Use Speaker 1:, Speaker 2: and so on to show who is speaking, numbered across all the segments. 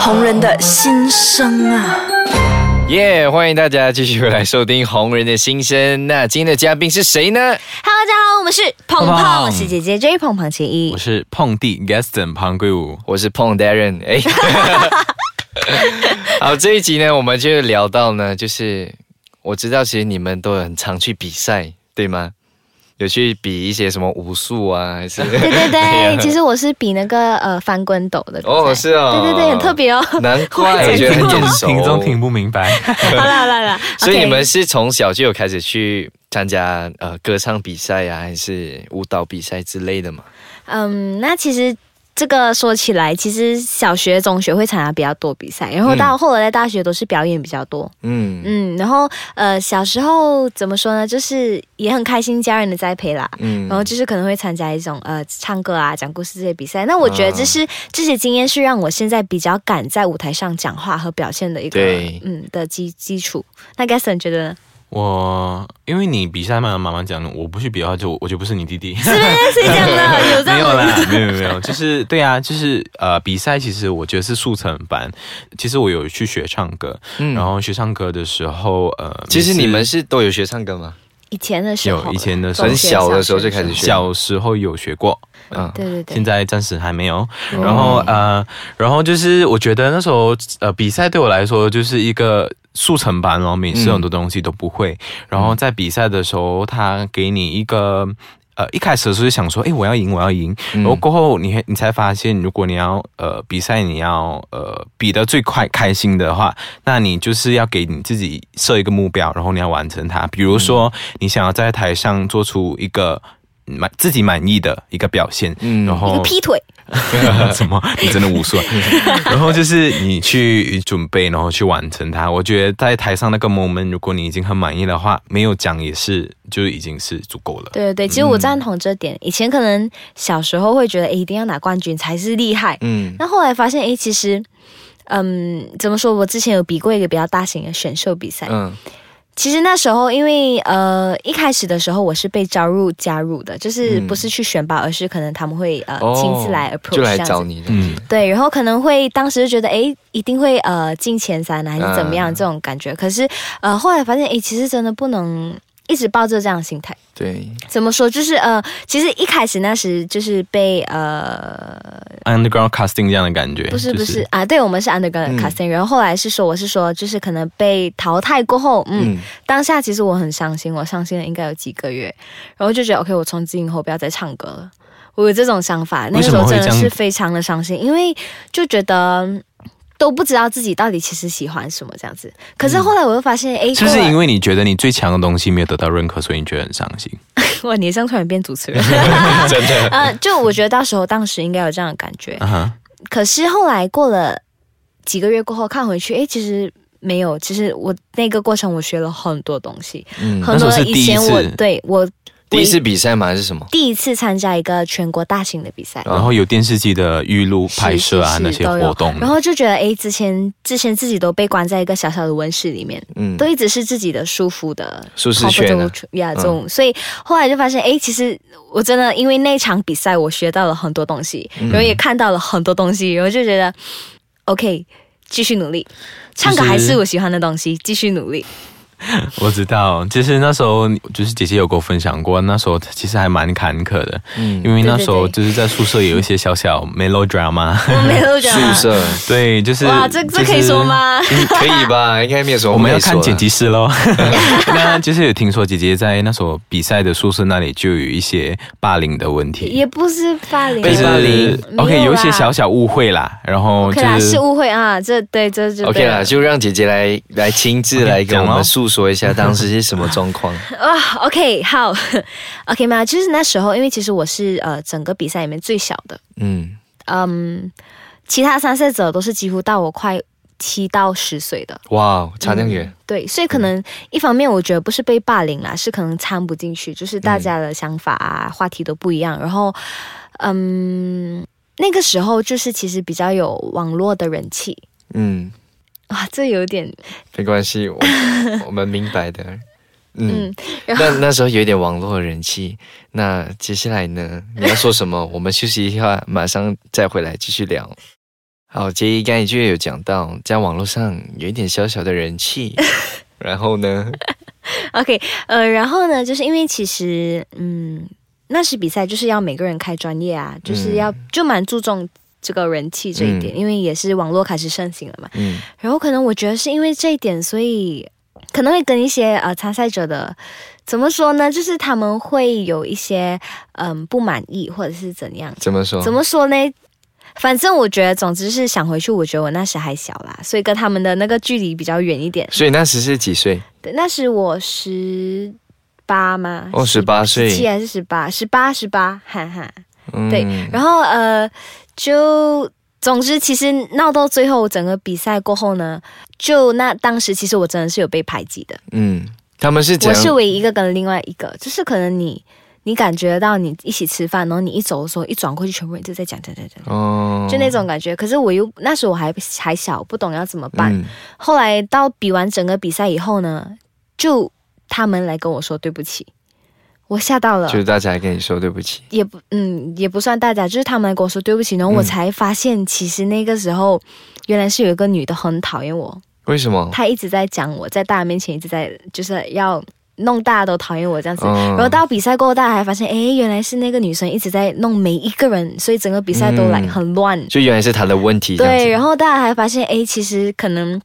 Speaker 1: 红人的心声啊！
Speaker 2: 耶欢迎大家继续回来收听《红人的心声》。那今天的嘉宾是谁呢？
Speaker 3: Hello，大家好，我们是鹏
Speaker 4: 鹏
Speaker 3: 鹏，
Speaker 4: 鹏
Speaker 3: 我是姐姐 J 鹏鹏其一
Speaker 4: 我。是碰弟 Gaston 庞圭武。
Speaker 2: 我是碰 Darren。哎， 好，这一集呢，我们就聊到呢，就是我知道其实你们都很常去比赛，对吗？有去比一些什么武术啊，还 是？
Speaker 3: 对对
Speaker 2: 哎呀
Speaker 3: 对，其实我是比那个呃翻滚斗的比赛。
Speaker 2: 哦，是哦，
Speaker 3: 对对对，很特。别哦。
Speaker 2: 难怪哎我觉得
Speaker 4: 听
Speaker 2: 很眼
Speaker 4: 众
Speaker 2: 熟。
Speaker 4: 听众听不明白，
Speaker 3: 好啦好啦好啦，
Speaker 2: 所以
Speaker 3: OK
Speaker 2: 你们是从小就有开始去参加呃歌唱比赛啊，还是舞蹈比赛之类的嘛？
Speaker 3: 嗯，那其实。这个说起来，其实小学、中学会参加比较多比赛，然后到后来在大学都是表演比较多。
Speaker 2: 嗯
Speaker 3: 嗯，然后呃，小时候怎么说呢，就是也很开心家人的栽培啦。
Speaker 2: 嗯
Speaker 3: 然后就是可能会参加一种呃唱歌啊、讲故事这些比赛。那我觉
Speaker 2: 啊
Speaker 3: 得这是、这些经验是让我现在比较敢在舞台上讲话和表现的一个
Speaker 2: 对
Speaker 3: 嗯的基基础。那 Gaston 觉得呢？
Speaker 4: 我因为你比赛嘛，妈妈讲我不去比的话，就我就不是你弟弟。
Speaker 3: 是不是谁讲的？有这
Speaker 4: 没有
Speaker 3: 样的？
Speaker 4: 啦，没有没有没有，就是对啊，就是呃，比赛其实我觉得是速成班。其实我有去学唱歌，
Speaker 2: 嗯
Speaker 4: 然后学唱歌的时候，呃，
Speaker 2: 其实
Speaker 4: 每次
Speaker 2: 你们是都有学唱歌吗？
Speaker 3: 以前的时候，
Speaker 4: 有以前的时候
Speaker 2: 很
Speaker 3: 中学
Speaker 2: 小的时候就
Speaker 3: 学
Speaker 2: 开始学，
Speaker 4: 小时候有学过，
Speaker 2: 嗯
Speaker 3: 对对嗯
Speaker 4: 现
Speaker 3: 对，
Speaker 4: 在暂时还没有。然后
Speaker 2: 哦
Speaker 4: 呃，然后就是我觉得那时候呃，比赛对我来说就是一个速成班哦，每次
Speaker 2: 嗯
Speaker 4: 很多东西都不会。然后在比赛的时候，他给你一个。呃，一开始的时候就想说，诶，我要赢，我要赢。
Speaker 2: 嗯
Speaker 4: 然后过后你，你才发现，如果你要呃比赛，你要呃比得最快开心的话，那你就是要给你自己设一个目标，然后你要完成它。
Speaker 2: 嗯
Speaker 4: 比如说，你想要在台上做出一个嗯满自己满意的一个表现，
Speaker 2: 嗯
Speaker 4: 然
Speaker 3: 一
Speaker 4: 后
Speaker 3: 个劈腿，
Speaker 4: 什么？你真的武术、啊？然后就是你去准备，然后去完成它。我觉得在台上那个 moment，如果你已经很满意的话，没有讲也是，就已经是足够了。
Speaker 3: 对对对，其实
Speaker 2: 嗯
Speaker 3: 我赞同这点。以前可能小时候会觉得，诶一定要拿冠军才是厉害，
Speaker 2: 嗯
Speaker 3: 那后来发现，诶，其实，嗯，怎么说？我之前有比过一个比较大型的选秀比赛。
Speaker 2: 嗯
Speaker 3: 其实那时候，因为呃一开始的时候我是被招入加入的，就是
Speaker 2: 嗯
Speaker 3: 不是去选拔，而是可能他们会呃、
Speaker 2: 哦
Speaker 3: 亲自来 approach
Speaker 2: 就来
Speaker 3: 这样
Speaker 2: 找
Speaker 3: 子。
Speaker 2: 你的，
Speaker 4: 嗯，
Speaker 3: 对，然后可能会当时就觉得，诶，一定会呃进前三啊还是怎么样、
Speaker 2: 嗯
Speaker 3: 这种感觉。可是呃后来发现，诶，其实真的不能。一直抱着这样的心态，
Speaker 2: 对，
Speaker 3: 怎么说？就是呃，其实一开始那时就是被呃
Speaker 4: underground casting 这样的感觉，
Speaker 3: 不是
Speaker 4: 就
Speaker 3: 不是啊，对我们是 underground
Speaker 2: 嗯
Speaker 3: casting，、然后后来是说我是说就是可能被淘汰过后，嗯，
Speaker 2: 嗯
Speaker 3: 当下其实我很伤心，我伤心了应该有几个月，然后就觉得 OK，我从今以后不要再唱歌了，我有这种想法，那
Speaker 4: 为
Speaker 3: 个
Speaker 4: 什
Speaker 3: 时
Speaker 4: 么
Speaker 3: 候真
Speaker 4: 会
Speaker 3: 的
Speaker 4: 这样
Speaker 3: 是非常的伤心，因为就觉得。都不知道自己到底其实喜欢什么这样子，可是后来我又发现，哎、
Speaker 4: 嗯是不
Speaker 3: 后
Speaker 4: 是
Speaker 3: 来
Speaker 4: 因为你觉得你最强的东西没有得到认可，所以你觉得很伤心？
Speaker 3: 哇，你这样突然变主持人，
Speaker 2: 真的，
Speaker 3: 呃，就我觉得到时候当时应该有这样的感觉，
Speaker 4: 啊哈，
Speaker 3: 可是后来过了几个月过后看回去，诶，其实没有。其实我那个过程我学了很多东西，
Speaker 2: 嗯，
Speaker 3: 很多
Speaker 4: 那时候是
Speaker 3: 以前
Speaker 4: 第一次
Speaker 3: 我对我
Speaker 2: 第一次比赛嘛还是什么？
Speaker 3: 第一次参加一个全国大型的比赛。
Speaker 2: 啊
Speaker 4: 然后有电视机的预录拍摄
Speaker 3: 是
Speaker 4: 啊
Speaker 3: 是是
Speaker 4: 那些
Speaker 3: 都有
Speaker 4: 活动，
Speaker 3: 然后就觉得，诶，之前之前自己都被关在一个小小的温室里面，
Speaker 2: 嗯
Speaker 3: 都一直是自己的舒服的
Speaker 2: 舒适圈啊
Speaker 3: comfortable tr- yeah，这种，所以后来就发现，诶，其实我真的因为那场比赛，我学到了很多东西，
Speaker 2: 嗯
Speaker 3: 然后也看到了很多东西，然后就觉得，OK，继续努力，唱歌还是我喜欢的东西，继续 努力。
Speaker 4: 我知道，就是那时候，就是姐姐有跟我分享过，那时候其实还蛮坎坷的，
Speaker 2: 嗯
Speaker 4: 因为那时候
Speaker 3: 对对
Speaker 4: 就是在宿舍有一些小小 melodrama，
Speaker 3: 我每次都觉
Speaker 2: 宿
Speaker 3: 得，
Speaker 2: 舍
Speaker 4: 对，就是
Speaker 3: 哇，这这可以说？吗？
Speaker 2: 嗯可以吧？应该没有什么
Speaker 4: 就是我们要
Speaker 2: 可以说
Speaker 4: 看
Speaker 2: 的
Speaker 4: 剪辑师喽。 那就是有听说姐姐在那所比赛的宿舍那里就有一些霸凌的问题，
Speaker 3: 也不是霸凌，
Speaker 2: 被霸凌
Speaker 3: 没有啦
Speaker 4: OK，有一些小小误会啦，然后
Speaker 3: OK
Speaker 4: 就是
Speaker 3: 啦，是误会啊，这对这就
Speaker 2: OK
Speaker 3: 对啊了
Speaker 2: 啦，就让姐姐来来亲自
Speaker 4: OK，
Speaker 2: 来跟
Speaker 4: 讲
Speaker 2: 我们
Speaker 4: 咯
Speaker 2: 诉说一下当时是什么状 况。
Speaker 3: 哇、o k 啊好 ，OK 嘛，就是那时候，因为其实我是呃整个比赛里面最小的，
Speaker 2: 嗯
Speaker 3: 嗯，其他参赛者都是几乎到我快七到十岁的，嗯
Speaker 2: 哇，差那么远。
Speaker 3: 对，所以可能一方面我觉得不是被霸凌啦，是可能掺不进去，就是
Speaker 2: 嗯
Speaker 3: 大家的想法啊、话题都不一样，然后，嗯，那个时候就是其实比较有网络的人气，
Speaker 2: 嗯，
Speaker 3: 哇，这有点，
Speaker 2: 没关系，我 我们明白的。嗯，
Speaker 3: 嗯，然后
Speaker 2: 那那时候有一点网络人气，那接下来呢？你要说什么？我们休息一下，马上再回来继续聊。好，杰一刚才就有讲到，在网络上有一点小小的人 气，然后呢，
Speaker 3: OK，呃，然后呢，就是因为其实，嗯，那时比赛就是要每个人开专业啊，就是要、就蛮注重这个人气这一点，
Speaker 2: 嗯
Speaker 3: 因为也是网络开始盛行了嘛。
Speaker 2: 嗯
Speaker 3: 然后可能我觉得是因为这一点，所以可能会跟一些呃参赛者的怎么说呢，就是他们会有一些嗯、不满意或者是怎样。
Speaker 2: 怎么说？
Speaker 3: 怎么说呢？反正我觉得，总之是想回去，我觉得我那时还小啦，所以跟他们的那个距离比较远一点。
Speaker 2: 所以那时是几岁？
Speaker 3: 对，那时我十八吗？
Speaker 2: 哦18岁
Speaker 3: 七还是十八？十八，十八，哈哈。
Speaker 2: 嗯
Speaker 3: 对，然后呃，就总之，其实闹到最后整个比赛过后呢，就那当时其实我真的是有被排挤的，
Speaker 2: 嗯，他们是怎
Speaker 3: 我是
Speaker 2: 样？
Speaker 3: 唯一一个跟另外一个，就是可能你你感觉到你一起吃饭，然后你一走的时候，一转过去，全部人就在讲讲讲讲。
Speaker 2: 哦
Speaker 3: 就那种感觉，可是我又那时候我还还小，不懂要怎么办。
Speaker 2: 嗯
Speaker 3: 后来到比完整个比赛以后呢，就他们来跟我说对不起，我吓到了，
Speaker 2: 嗯就是大家跟你说对不起，
Speaker 3: 也不嗯也不算大家，就是他们来跟我说对不起，然后我
Speaker 2: 嗯
Speaker 3: 才发现其实那个时候原来是有一个女的很讨厌我，
Speaker 2: 为什么？
Speaker 3: 她一直在讲我在大家面前一直在就是要弄大家都讨厌我这样子。
Speaker 2: 嗯
Speaker 3: 然后到比赛过后，大家还发现，诶，原来是那个女生一直在弄每一个人，所以整个比赛都来、
Speaker 2: 嗯
Speaker 3: 很乱。
Speaker 2: 就原来是他的问题，这样子
Speaker 3: 对，然后大家还发现，哎，其实可能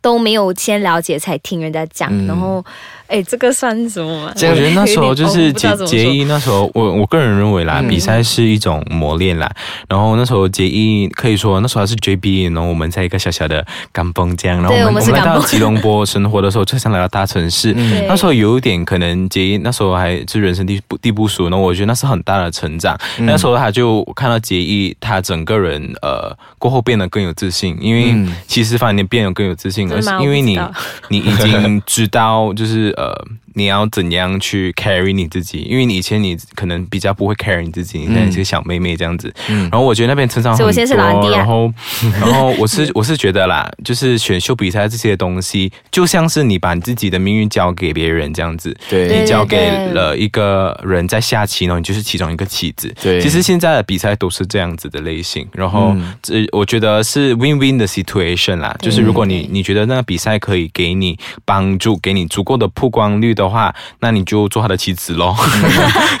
Speaker 3: 都没有先了解才听人家讲，
Speaker 2: 嗯
Speaker 3: 然后，哎，这个算什么啊？
Speaker 2: 这样
Speaker 4: 我觉得那时候就
Speaker 3: 有
Speaker 4: 是
Speaker 3: 点 哦
Speaker 4: 杰
Speaker 3: 我不知道怎么说
Speaker 4: 杰一那时候，我我个人认为啦，
Speaker 2: 嗯
Speaker 4: 比赛是一种磨练啦。然后那时候杰一可以说那时候还是 JB，然后我们在一个小小的港崩这样，然后
Speaker 3: 对
Speaker 4: 我
Speaker 3: 我们
Speaker 4: 们我
Speaker 3: 是
Speaker 4: 们来
Speaker 3: 甘
Speaker 4: 到
Speaker 3: 榜
Speaker 4: 吉隆 坡生活的时候，就想来到大城市。
Speaker 3: 对
Speaker 4: 那时候有一点可能杰一那时候还是人生地不地不熟，然后我觉得那是很大的成长。
Speaker 3: 嗯
Speaker 2: 嗯
Speaker 4: 那时候他就我看到杰一他整个人呃过后变得更有自信，因为
Speaker 2: 嗯
Speaker 4: 其实反而你变得更有自信，
Speaker 3: 真
Speaker 4: 而
Speaker 3: 的
Speaker 4: 是
Speaker 3: 吗
Speaker 4: 因为你
Speaker 3: 我不知道
Speaker 4: 你已经知道，就是呃，你要怎样去 carry 你自己，因为你以前你可能比较不会 carry 你自己，你现在是个小妹妹这样子。
Speaker 2: 嗯
Speaker 4: 然后我觉得那边成长很
Speaker 3: 所以
Speaker 4: 多，
Speaker 3: 我现在是老安迪啊
Speaker 4: 然后然后我是 我是觉得啦，就是选秀比赛这些东西，就像是你把你自己的命运交给别人这样子，
Speaker 2: 对
Speaker 4: 你交给
Speaker 3: 对
Speaker 4: 了一个人在下棋呢，你就是其中一个棋子。
Speaker 2: 对
Speaker 4: 其实现在的比赛都是这样子的类型，然后
Speaker 2: 嗯
Speaker 4: 这、我觉得是 win-win 的 situation 啦，
Speaker 3: 对
Speaker 4: 就是如果你你觉得那个比赛可以给你帮助，给你足够的曝光率的话，那你就做他的棋子咯。
Speaker 2: 嗯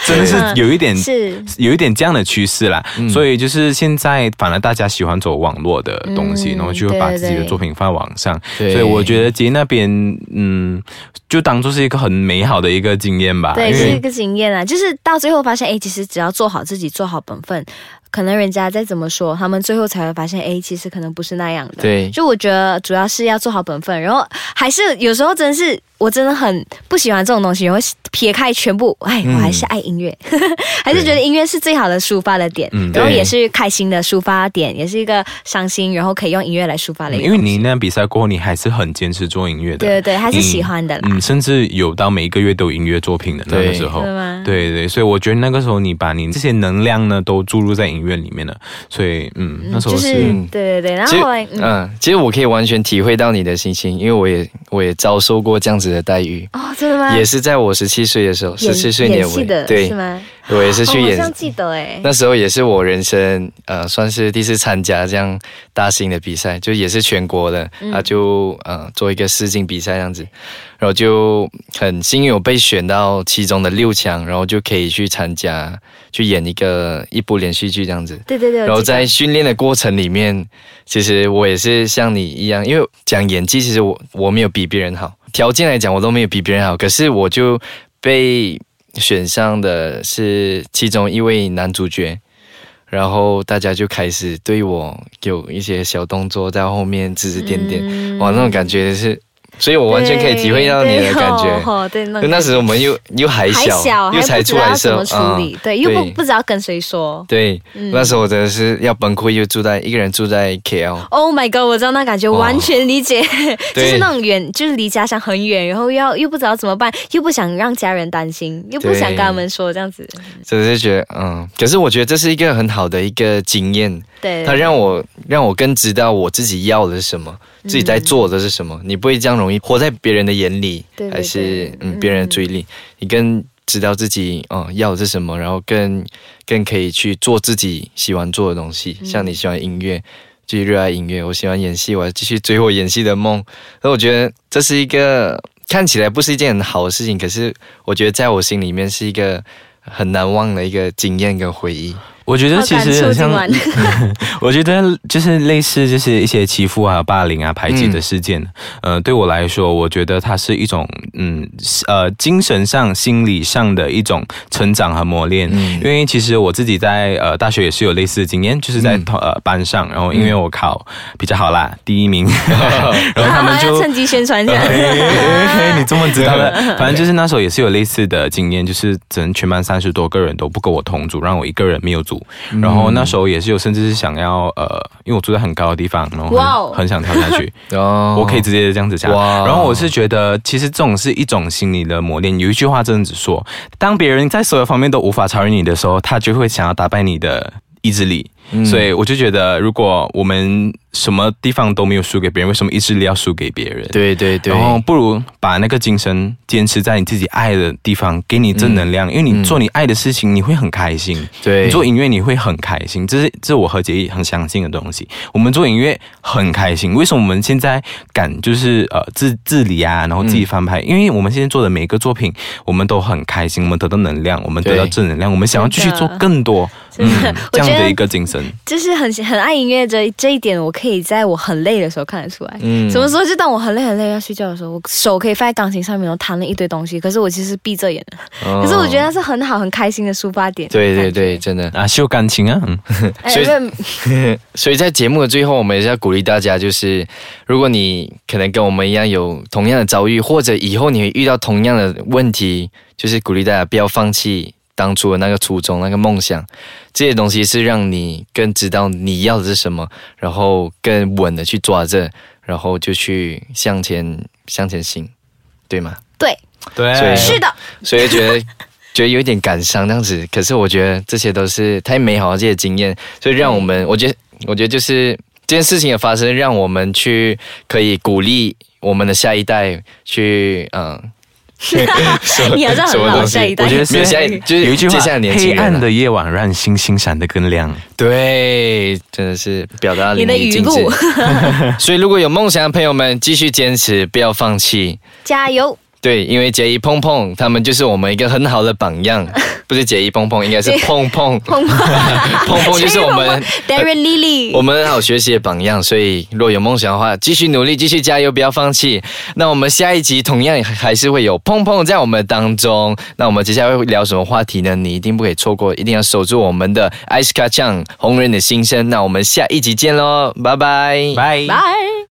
Speaker 4: 真的是有一点
Speaker 3: 是
Speaker 4: 有一点这样的趋势啦，
Speaker 3: 嗯
Speaker 4: 所以就是现在反而大家喜欢走网络的东西，
Speaker 3: 嗯
Speaker 4: 然后就会把
Speaker 3: 对
Speaker 4: 自己的
Speaker 3: 对
Speaker 4: 作品放网上，
Speaker 2: 对
Speaker 4: 所以我觉得杰那边嗯，就当做是一个很美好的一个经验吧，
Speaker 3: 对，
Speaker 4: 因
Speaker 3: 是一
Speaker 4: 为
Speaker 3: 个经验啊，就是到最后发现，哎，其实只要做好自己，做好本分，可能人家再怎么说，他们最后才会发现，哎，其实可能不是那样的。
Speaker 2: 对
Speaker 3: 就我觉得主要是要做好本分，然后还是有时候真的是我真的很不喜欢这种东西，然后撇开全部，哎，
Speaker 2: 嗯
Speaker 3: 我还是爱音乐， 还是觉得音乐是最好的抒发的点，
Speaker 4: 嗯
Speaker 3: 然后
Speaker 2: 对
Speaker 3: 也是开心的抒发点，也是一个伤心，然后可以用音乐来抒发的一个
Speaker 4: 因为你那比赛过后，你还是很坚持做音乐的，
Speaker 3: 对对对，还是喜欢的啦，
Speaker 4: 嗯，甚至有到每一个月都有音乐作品的那
Speaker 2: 对
Speaker 4: 个时候
Speaker 3: 对。吗？
Speaker 4: 对对，所以我觉得那个时候你把你这些能量呢都注入在音乐里面了，所以嗯，那时候、
Speaker 3: 就是是对对对，然
Speaker 2: 其
Speaker 3: 后
Speaker 2: 实
Speaker 3: 后来嗯。
Speaker 2: 嗯，其实我可以完全体会到你的心情，因为我也我也遭受过这样子的待遇，
Speaker 3: 哦，真的吗？
Speaker 2: 也是在我十七岁的时候，十
Speaker 3: 演
Speaker 2: 七岁
Speaker 3: 演
Speaker 2: 年
Speaker 3: 戏
Speaker 2: 尾，
Speaker 3: 的
Speaker 2: 对
Speaker 3: 是，吗？
Speaker 2: 我也是去
Speaker 3: 哦我好
Speaker 2: 演，
Speaker 3: 像记得哎，
Speaker 2: 那时候也是我人生呃，算是第一次参加这样大型的比赛，就也是全国的，
Speaker 3: 嗯
Speaker 2: 啊，就呃做一个试镜比赛这样子，然后就很幸运我被选到其中的六强，然后就可以去参加去演一个一部连续剧这样子。
Speaker 3: 对对对，
Speaker 2: 然后
Speaker 3: 我记得
Speaker 2: 在训练的过程里面，其实我也是像你一样，因为讲演技，其实我我没有比别人好，条件来讲我都没有比别人好，可是我就被选上的是其中一位男主角，然后大家就开始对我有一些小动作，在后面指指点点，
Speaker 3: 嗯
Speaker 2: 哇，那种感觉是，所以我完全可以体会到你的感
Speaker 3: 对
Speaker 2: 觉。
Speaker 3: 哦，对，那
Speaker 2: 就
Speaker 3: 种
Speaker 2: 那时我们又又还
Speaker 3: 还
Speaker 2: 小，
Speaker 3: 小，
Speaker 2: 又才
Speaker 3: 还不知
Speaker 2: 出
Speaker 3: 道
Speaker 2: 来
Speaker 3: 要
Speaker 2: 的时
Speaker 3: 怎
Speaker 2: 候，
Speaker 3: 么处
Speaker 2: 嗯
Speaker 3: 理，对，又不
Speaker 2: 对
Speaker 3: 不知道跟谁说。
Speaker 2: 对，
Speaker 3: 嗯
Speaker 2: 那时候我真的是要崩溃，又住在一个人住在 KL，
Speaker 3: Oh my god！我知道那感觉，
Speaker 2: 哦
Speaker 3: 完全理解， 就
Speaker 2: 对
Speaker 3: 是那种远，就是离家乡很远，然后又要又不知道怎么办，又不想让家人担心，又不
Speaker 2: 对
Speaker 3: 想跟他们说这样子，
Speaker 2: 真的是觉得嗯，可是我觉得这是一个很好的一个经验，
Speaker 3: 对，
Speaker 2: 它让我让我更知道我自己要的是什么，
Speaker 3: 嗯
Speaker 2: 自己在做的是什么。你不会这样容易活在别人的眼里，
Speaker 3: 对对
Speaker 2: 还是
Speaker 3: 对嗯
Speaker 2: 嗯别人的追里，你更知道自己哦、嗯要的是什
Speaker 3: 嗯
Speaker 2: 么，然后更更可以去做自己喜欢做的东西，像你喜欢音乐。继续热爱音乐，我喜欢演戏，我要继续追我演戏的梦。所以我觉得这是一个看起来不是一件很好的事情，可是我觉得在我心里面是一个很难忘的一个经验跟回忆。
Speaker 4: 我觉得
Speaker 3: 好
Speaker 4: 其
Speaker 3: 感
Speaker 4: 实
Speaker 3: 触
Speaker 4: 很
Speaker 3: 今
Speaker 4: 像，
Speaker 3: 晚
Speaker 4: 我觉得就是类似就是一些欺负啊、霸凌啊、排挤的事件。
Speaker 3: 嗯
Speaker 4: 呃，对我来说，我觉得它是一种嗯呃精神上、心理上的一种成长和磨练。
Speaker 3: 嗯
Speaker 4: 因为其实我自己在呃大学也是有类似的经验，就是
Speaker 3: 嗯
Speaker 4: 在、同呃班上，然后因为我考比较好啦，第 一名，然后他们就
Speaker 3: 要 趁机宣传一下。
Speaker 4: 哎你这么知道的，反正就是那时候也是有类似的经验，就是整全班三十多个人都不跟我同组，让我一个人没有组。然后那时候也是有，甚至是想要呃，因为我住在很高的地方，然后很,、
Speaker 3: 哇哦
Speaker 4: 很想跳下去。
Speaker 2: 哦
Speaker 4: 我可以直接这样子讲。
Speaker 2: 哇
Speaker 4: 然后我是觉得，其实这种是一种心理的磨练。有一句话这样子说：当别人在所有方面都无法超越你的时候，他就会想要打败你的意志力。所以我就觉得，如果我们什么地方都没有输给别人，为什么意志力要输给别人？
Speaker 2: 对对对，
Speaker 4: 然后不如把那个精神坚持在你自己爱的地方，给你正能量，因为你做你爱的事情，你会很开心。
Speaker 2: 对
Speaker 4: 你做音乐你会很开心，这是这是我和杰毅很相信的东西。我们做音乐很开心，为什么我们现在敢就是呃自自理啊，然后自己翻拍？因为我们现在做的每一个作品，我们都很开心，我们得到能量，我们得到
Speaker 2: 对
Speaker 4: 正能量，我们想要继续
Speaker 3: 真的
Speaker 4: 做更多，嗯
Speaker 3: 真的我
Speaker 4: 这样
Speaker 3: 觉得
Speaker 4: 的一个精神。
Speaker 3: 就是很很爱音乐这这一点，我可以在我很累的时候看得出来。
Speaker 2: 嗯
Speaker 3: 什么时候就当我很累很累要睡觉的时候，我手可以放在钢琴上面，然后弹了一堆东西，可是我其实是闭着眼的。
Speaker 2: 哦
Speaker 3: 可是我觉得那是很好很开心的抒发点。
Speaker 2: 对对对，真的。
Speaker 4: 啊，秀感情啊，嗯
Speaker 3: 哎，
Speaker 2: 所以
Speaker 3: 不
Speaker 2: 所以在节目的最后，我们也是要鼓励大家，就是如果你可能跟我们一样有同样的遭遇，或者以后你会遇到同样的问题，就是鼓励大家不要放弃当初的那个初衷、那个梦想。这些东西是让你更知道你要的是什么，然后更稳的去抓着，然后就去向前向前行，对吗？
Speaker 3: 对，
Speaker 4: 对
Speaker 2: 所以
Speaker 3: 是的，
Speaker 2: 所以觉得 觉得有一点感伤这样子。可是我觉得这些都是太美好的这些经验，所以让我们，我觉得，我觉得就是这件事情的发生，让我们去可以鼓励我们的下一代去，嗯，
Speaker 3: 你好像
Speaker 2: 什
Speaker 3: 很
Speaker 2: 么
Speaker 3: 老
Speaker 2: 东西
Speaker 3: 下一代。
Speaker 4: 我觉得
Speaker 2: 没有
Speaker 4: 是
Speaker 2: 下一就是
Speaker 4: 有一句话
Speaker 2: 接下来，年轻
Speaker 4: 黑
Speaker 2: 人啊
Speaker 4: 暗的夜晚让星星闪得更亮。
Speaker 2: 对，真的是表达
Speaker 3: 你
Speaker 2: 淋
Speaker 3: 的
Speaker 2: 漓
Speaker 3: 语
Speaker 2: 尽致
Speaker 3: 录。
Speaker 2: 所以如果有梦想的朋友们，继续坚持，不要放弃。
Speaker 3: 加油！
Speaker 2: 对，因为杰一碰碰他们就是我们一个很好的榜 样，不是杰一碰碰，应该是碰碰
Speaker 3: 碰碰
Speaker 2: 碰碰，就是我们
Speaker 3: Darren Lily，
Speaker 2: 我们很好学习的榜样，所以若有梦想的话，继续努力，继续加油，不要放弃。那我们下一集同样还是会有碰碰在我们当中。那我们接下来会聊什么话题呢？你一定不可以错过，一定要守住我们的 Ice k a c h a n g 红人的心声。那我们下一集见喽，拜拜。
Speaker 4: 拜。
Speaker 3: 拜。